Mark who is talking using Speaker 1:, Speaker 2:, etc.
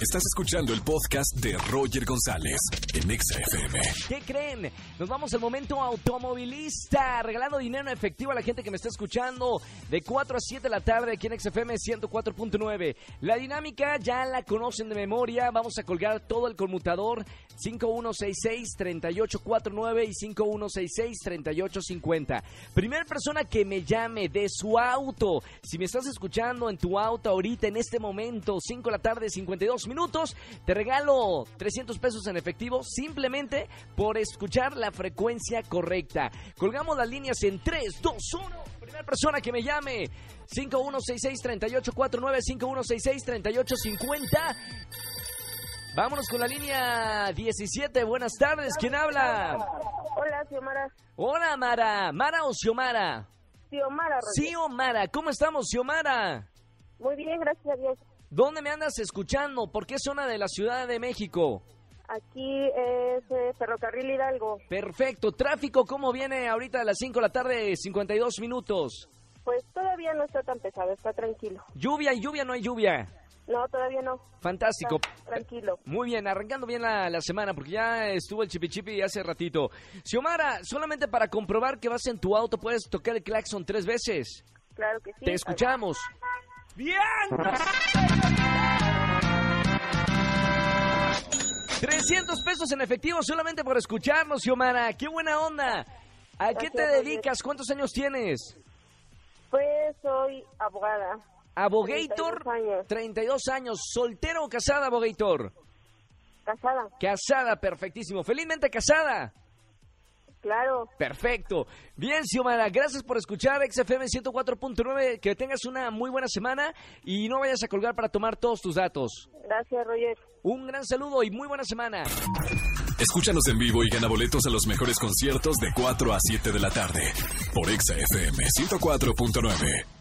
Speaker 1: Estás escuchando el podcast de Roger González en Exa FM.
Speaker 2: ¿Qué creen? Nos vamos al momento automovilista, regalando dinero en efectivo a la gente que me está escuchando de 4 a 7 de la tarde aquí en XFM 104.9. La dinámica ya la conocen de memoria, vamos a colgar todo el conmutador 5166-3849 y 5166-3850. Primer persona que me llame de su auto, si me estás escuchando en tu auto ahorita en este momento, 5 de la tarde, 52 minutos, te regalo 300 pesos en efectivo simplemente por escuchar la frecuencia correcta. Colgamos las líneas en 3, 2, 1. Primera persona que me llame. 5166-3849, 5166-3850. Vámonos con la línea 17. Buenas tardes. ¿Quién habla?
Speaker 3: Hola, Xiomara.
Speaker 2: Hola, Mara. ¿Mara o Xiomara?
Speaker 3: Xiomara, Roger.
Speaker 2: Xiomara. ¿Cómo estamos, Xiomara?
Speaker 3: Muy bien, gracias a Dios.
Speaker 2: ¿Dónde me andas escuchando? ¿Por qué zona de la Ciudad de México?
Speaker 3: Aquí es eh, Ferrocarril Hidalgo.
Speaker 2: Perfecto. Tráfico, ¿cómo viene ahorita a las 5 de la tarde? 52 minutos.
Speaker 3: Pues todavía no está tan pesado, está tranquilo.
Speaker 2: Lluvia y lluvia, no hay lluvia.
Speaker 3: No, todavía no. Está
Speaker 2: Fantástico.
Speaker 3: tranquilo.
Speaker 2: Muy bien, arrancando bien la, la semana, porque ya estuvo el chipichipi hace ratito. Xiomara, solamente para comprobar que vas en tu auto, puedes tocar el claxon tres veces.
Speaker 3: Claro que sí.
Speaker 2: Te escuchamos. ¡Bien! ¡300 pesos en efectivo solamente por escucharnos, Xiomara! ¡Qué buena onda! ¿A qué te
Speaker 3: Gracias, Roger.
Speaker 2: dedicas? ¿Cuántos años tienes?
Speaker 3: Pues soy abogada.
Speaker 2: Abogator,
Speaker 3: 32 años.
Speaker 2: 32 años. ¿Soltera o casada, Abogator?
Speaker 3: Casada,
Speaker 2: Casada, perfectísimo. Felizmente casada.
Speaker 3: claro.
Speaker 2: Perfecto. Bien, Xiomara, gracias por escuchar XFM 104.9. Que tengas una muy buena semana y no vayas a colgar para tomar todos tus datos.
Speaker 3: Gracias, Roger.
Speaker 2: Un gran saludo y muy buena semana.
Speaker 1: Escúchanos en vivo y gana boletos a los mejores conciertos de 4 a 7 de la tarde por Exa FM 104.9.